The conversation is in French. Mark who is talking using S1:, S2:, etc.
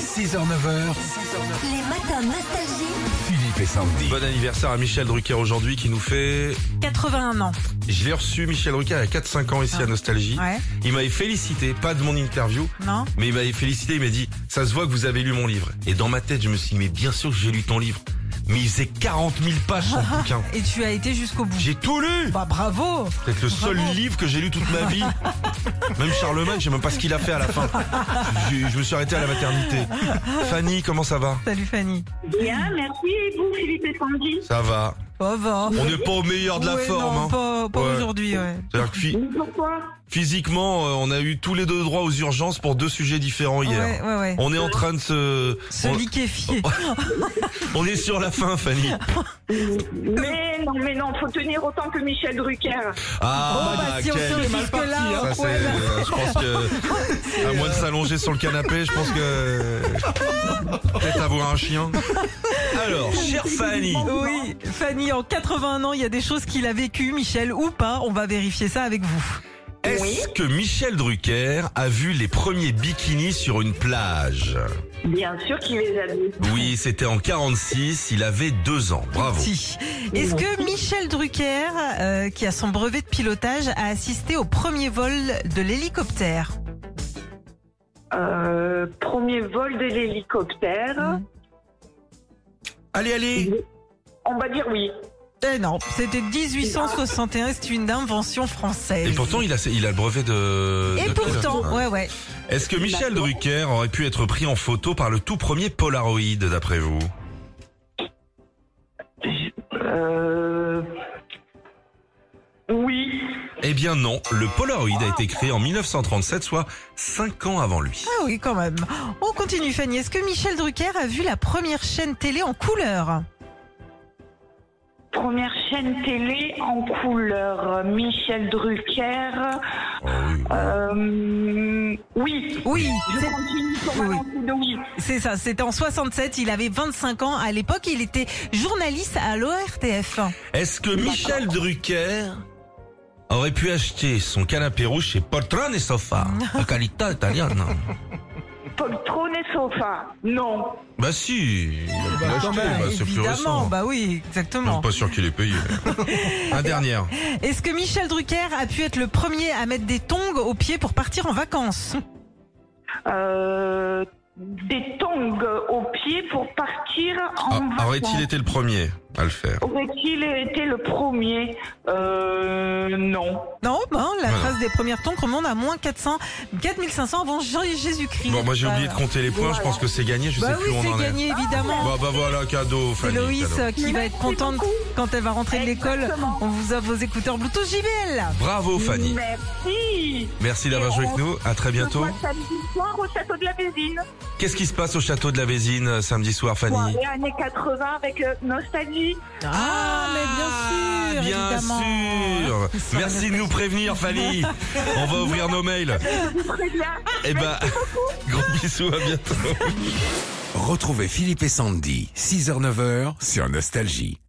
S1: 6h-9h,
S2: Les matins nostalgie.
S1: Philippe et Sandy.
S3: Bon anniversaire à Michel Drucker aujourd'hui qui nous fait...
S4: 81 ans.
S3: Je l'ai reçu Michel Drucker il y a 4-5 ans ici à Nostalgie.
S4: Ah. Ouais.
S3: Il m'avait félicité, pas de mon interview,
S4: Non
S3: mais il m'avait félicité, il m'a dit « ça se voit que vous avez lu mon livre ». Et dans ma tête, je me suis dit « mais bien sûr que j'ai lu ton livre ». Mais il faisait 40 000 pages son bouquin.
S4: Et tu as été jusqu'au bout.
S3: J'ai tout lu
S4: Bah bravo
S3: Peut-être le seul
S4: Bravo.
S3: livre que j'ai lu toute ma vie. Même Charlemagne, je sais même pas ce qu'il a fait à la fin. Je, je me suis arrêté à la maternité. Fanny, comment ça va
S4: Salut Fanny.
S5: Bien, merci. Et vous, Philippe et Sandy
S3: Ça va.
S4: Au revoir.
S3: On n'est pas au meilleur de la
S4: Ouais,
S3: forme.
S4: non,
S3: hein.
S4: Pas, pas
S3: Ouais.
S4: aujourd'hui, ouais.
S3: C'est-à-dire que phy-
S5: Mais Pourquoi
S3: physiquement, euh, on a eu tous les deux droit aux urgences pour deux sujets différents hier.
S4: Ouais, ouais, ouais.
S3: On est en train de se...
S4: Se
S3: on-
S4: liquéfier.
S3: on est sur la fin, Fanny.
S4: Oh,
S5: Mais non, mais non, faut tenir autant que Michel Drucker.
S3: Ah,
S4: Bon, bah, si on
S3: quel-
S4: tient jusque-là,
S3: Ça, c'est-
S4: ouais, bah,
S3: euh, je pense que à moins de s'allonger sur le canapé, je pense que peut-être avoir un chien. Alors, chère Fanny,
S4: Oui, Fanny, en 81 ans, il y a des choses qu'il a vécues, Michel, ou pas. On va vérifier ça avec vous.
S3: est-ce que Michel Drucker a vu les premiers bikinis sur une plage
S5: Bien sûr qu'il les a vus.
S3: Oui, c'était en 46, il avait deux ans. Bravo. Oh.
S4: Si. Est-ce que Michel Drucker, euh, qui a son brevet de pilotage, a assisté au premier vol de l'hélicoptère
S5: Euh, premier vol de l'hélicoptère.
S4: Mm.
S3: Allez, allez.
S5: On va dire oui.
S4: Eh non, c'était 1861, c'est une invention française.
S3: Et pourtant, il a, il a le brevet de.
S4: Et
S3: de quel
S4: pourtant, ouais, ouais.
S3: Est-ce que Michel Drucker aurait pu être pris en photo par le tout premier Polaroid, d'après vous
S5: Euh, oui.
S3: Eh bien non, le Polaroid a été créé en 1937, soit 5 ans avant lui.
S4: Ah oui, quand même. On continue, Fanny. Est-ce que Michel Drucker a vu la première chaîne télé en couleur
S5: Première chaîne télé en couleur. Michel Drucker. Euh, oui.
S4: Oui,
S5: Je
S4: c'est-
S5: continue sur
S4: Oui.
S5: ma lancée de oui.
S4: c'est ça. C'était en 67. Il avait 25 ans. À l'époque, il était journaliste à l'ORTF.
S3: Ah, Est-ce que Michel Drucker aurait pu acheter son canapé rouge chez Poltron et Sofa La qualité italienne.
S5: Poltron et sofa. Non.
S3: Bah si, il l'a acheté, bah,
S4: Ah,
S3: c'est plus
S4: Évidemment,
S3: récent.
S4: bah oui,
S3: Je
S4: exactement.
S3: suis pas sûr qu'il ait payé. Un dernier.
S4: Est-ce que Michel Drucker a pu être le premier à mettre des tongs aux pieds pour partir en vacances
S5: euh, des tongs aux pieds pour partir
S3: Ah,
S5: en
S3: Aurait-il été le premier à le faire
S5: Aurait-il été le premier Euh, non.
S4: Non, ben, la
S3: Voilà.
S4: trace des premières tongs remonte à moins 400, 4500 avant Jean Jésus-Christ.
S3: Bon, moi j'ai oublié de
S4: Voilà.
S3: compter les points, je pense que c'est gagné, je sais
S4: Bah
S3: plus
S4: oui,
S3: où on en
S4: c'est
S3: est.
S4: gagné, évidemment.
S3: Bah, bah voilà, cadeau,
S4: C'est
S3: Fanny.
S4: Loïs
S3: cadeau.
S4: euh, qui va être contente
S5: beaucoup.
S4: quand elle va rentrer de l'école.
S5: Exactement.
S4: On vous a vos écouteurs Bluetooth JBL.
S3: Bravo, Fanny.
S5: Merci.
S3: Merci d'avoir joué avec nous. À très bientôt.
S5: Je vous vois samedi soir au château de la Vésine.
S3: Qu'est-ce qui se passe au château de la Vésine euh, samedi soir, Fanny
S5: Soirée années 80 avec euh, Nostalgie.
S4: Ah, mais bien sûr,
S3: Bien
S4: évidemment.
S3: sûr.
S4: Ils sont
S3: Merci de nous prévenir, Fanny. On va ouvrir nos mails.
S5: Très bien.
S3: Eh ben, gros bisous, à bientôt.
S1: Retrouvez Philippe et Sandy, 6h-9h sur Nostalgie.